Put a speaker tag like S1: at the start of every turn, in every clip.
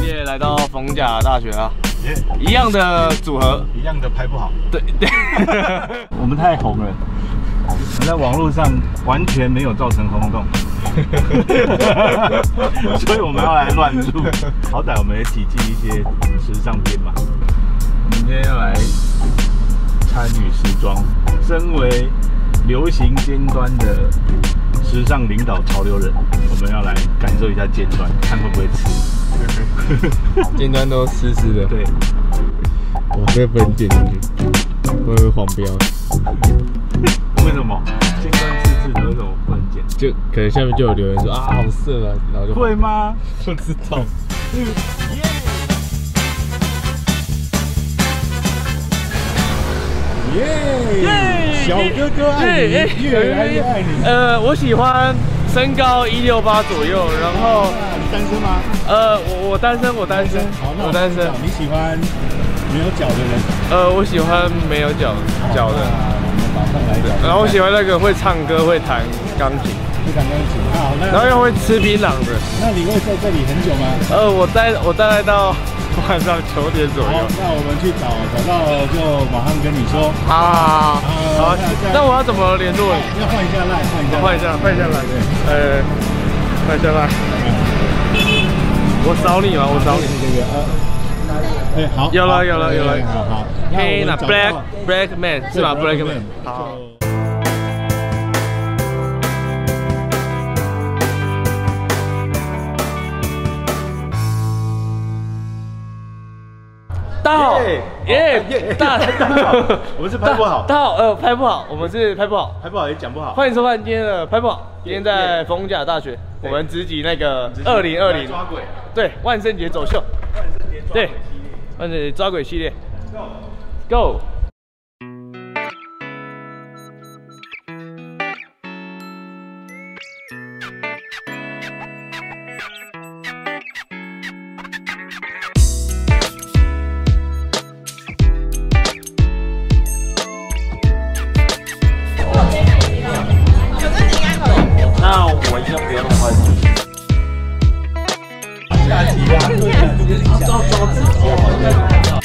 S1: 位来到逢甲大学啊，
S2: 耶、
S1: 一样的组合，
S2: 一样的拍不好，
S1: 对 对，
S2: 我们太红了，在网络上完全没有造成轰 动，所以我们要来乱入，好歹我们也体记一些时尚片嘛。我们今天要来参与时装，身为流行尖端的时尚领导潮流人，我们要来感受一下尖端，看会不会吃。
S3: 尖端都湿湿的，
S2: 对，
S3: 我这个不能点进去，会不会黄标？
S2: 为什么尖端吃吃的为什么不能剪？
S3: 就可能下面就有留言说啊，好色啊，然后就
S2: 会？吗？
S3: 不知道。耶！小哥哥爱你，越来越爱你。
S1: 呃，我喜欢身高一六八左右，然后
S2: 你单身吗？
S1: 呃，我我单身，我单身，
S2: 好，那
S1: 我单身，
S2: 你喜欢没有脚的人？
S1: 呃，我喜欢没有脚脚的，
S2: 啊，我们马上来找。
S1: 然后我喜欢那个会唱歌、会弹钢琴，
S2: 非常高兴。好，
S1: 然后
S2: 那
S1: 又会吃槟榔的。
S2: 那你会在这里很久吗？
S1: 呃，我待我大概到晚上九点左
S2: 好
S1: 右，。
S2: 那我们去找，找到了就马上跟你说。
S1: 好好好，好
S2: 好那
S1: 那我要怎么联络你？
S2: 要换一下赖，换一下赖。
S1: 换一下，换一下来，呃，换一下来。我扫你吗？我扫你。
S2: 这个呃，哎，好，
S1: 有了
S2: 好
S1: 有了有了
S2: 好好。
S1: 黑那 black black man 是吧？black man 好
S2: 好。。
S1: 大好，耶
S2: 哦耶
S1: 大
S2: 大好 我们是拍不好
S1: 大好，呃，拍不好，我们是拍不好。
S2: 还不好也讲不好。
S1: 欢迎收看今天的拍不好，今天在逢甲大学，我们直击那个二零二零
S2: 抓鬼。
S1: 对万圣节走秀，对万圣节抓鬼系列，Go。
S2: 那我应该不用换。下集啊，找找自己啊。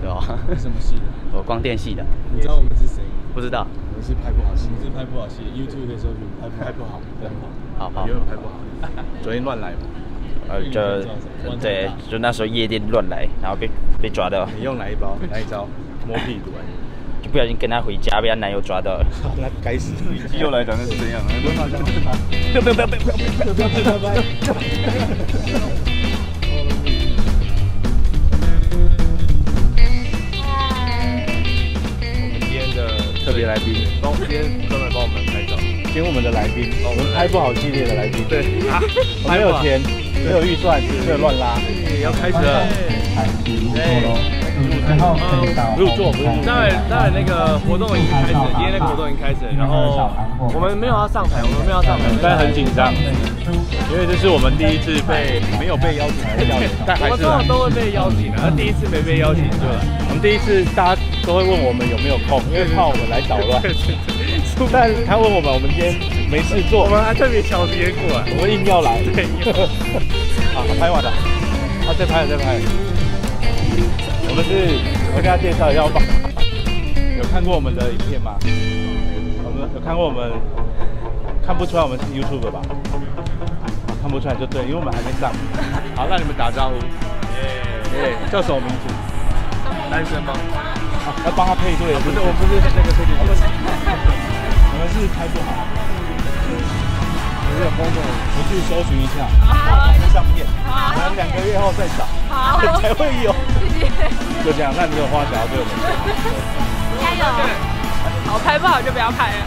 S4: 对吧、
S3: 什么戏？
S4: 我光电系的，
S3: 你知道我们是谁？
S4: 不知道。
S3: 我们是拍不好戏，是拍不好戏。YouTube 的时候就拍不好，拍不好。
S4: 好好，
S2: 有拍不好，昨天乱来嘛。
S4: 呃，就对，就那时候夜店乱来，然后被被抓到，
S2: 你用哪一包？哪一招？摸屁股哎、
S4: 就不小心跟她回家，被她男友抓到了。
S2: 那该死！你肌肉来讲是这样，多少张？
S1: 今天的
S2: 特别来宾，
S1: 帮我今天专门帮我们拍照，
S2: 请我们的来宾，我们拍不好系列的来宾，
S1: 对，啊，
S2: 我没有钱，没有预算，没有乱拉。
S1: 也要开始了。哎
S2: 入座不用
S1: 待会待会那个活动已经开始了，今天那个活动已经开始了，然后我们没有要上台，我们没有要上台，
S2: 但很紧张，因为这是我们第一次被没有被邀请来的邀请，但
S1: 我
S2: 还
S1: 们
S2: 是
S1: 通
S2: 啊
S1: 常都会被邀请的，那第一次没被邀请就来。
S2: 我们第一次大家都会问我们有没有空，因为怕我们来捣乱。但他问我们，我们今天没事做，
S1: 我们啊还特别巧时间过来，啊
S2: 我们硬要来。 好，拍完了，啊，再拍了，再拍了。我们是，我跟大家介绍一下，我把有看过我们的影片吗？我们有看过我们，看不出来我们是 YouTube 吧？看不出来就对，因为我们还没上。好，让你们打招呼。耶，叫什么名字？
S1: 单身吗？
S2: 啊要帮他配对，不是，我不是那个配对，我们是，我们是拍不好，有点轰动，回去搜寻一下，好，相片，我们两个月后再找，好，才会有，就这样，那你有话想要对我们说吗？
S5: 加油！好，拍不好就不要拍了。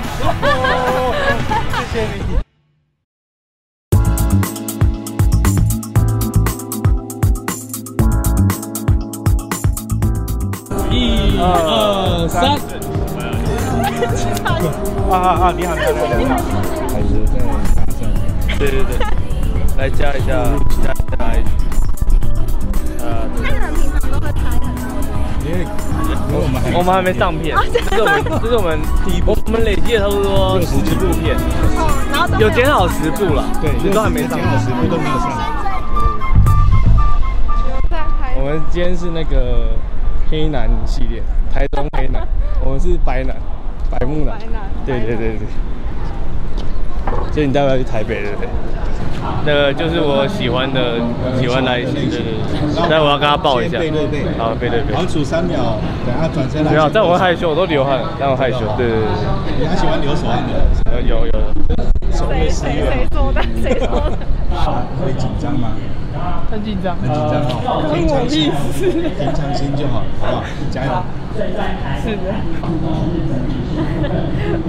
S2: 哦谢谢你。
S3: 一二三，
S2: 啊啊啊！你好，你好，你好，
S3: 还是在打仗。
S1: 对对对，
S3: 哎
S1: 来加一下，加一下呃 IG。
S2: 因为我们还
S1: 我们还没上片，这是我们这是我们第一部，我们累计了差不多十部片，
S5: 哦，然后都没
S1: 有减少十部了，
S3: 对，
S1: 这都还没上
S3: 减。少十步都没有上。
S5: 在拍
S3: 我们今天是那个黑男系列，台中黑男，我们是白男，白木男
S5: 白男，
S3: 对
S5: 白
S3: 对
S5: 男
S3: 对对。所以你待会要去台北，对不对？
S1: 那个就是我喜欢的，喜欢来信，对对对。但我要跟他抱一下，
S6: 背对背
S1: 好，背对背。
S6: 好，数三秒，等下转身来。
S1: 不要，但我会害羞，我都流汗，但我害羞。对对对
S6: 你还喜欢留手按的？
S1: 对，有有有。
S5: 谁谁谁说的？谁说的？
S6: 会紧张吗？
S5: 很紧张。
S6: 很紧张哦。平常心，平常心就好，好不好？加油！
S5: 是的。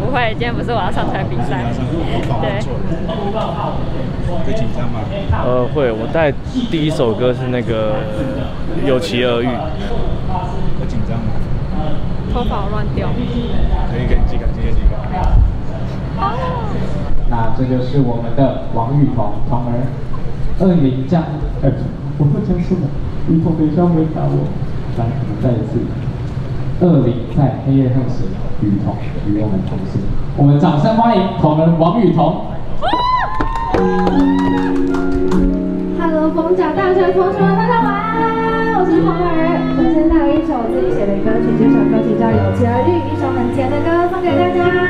S5: 不会，今天不是我要上台比赛
S6: 马上，我保证做人。会紧张吗？
S1: 呃，会，我带第一首歌是那个《有其而遇》，
S6: 会紧张吗？
S5: 头发乱掉。
S6: 可以，可以，几个，几个，几个。
S7: 那这就是我们的王雨桐桐儿，二零将，呃，我不讲述了，雨桐等一下回答我，来，我们再一次，二零在黑夜后时，雨桐与我们同行，我们掌声欢迎桐儿王雨桐。
S8: Hello，逢甲大学同学们，大家晚安，我是童儿。我们先带来一首我自己写的歌曲，这首歌曲叫《有其而遇》，一首很甜的歌，送给大家。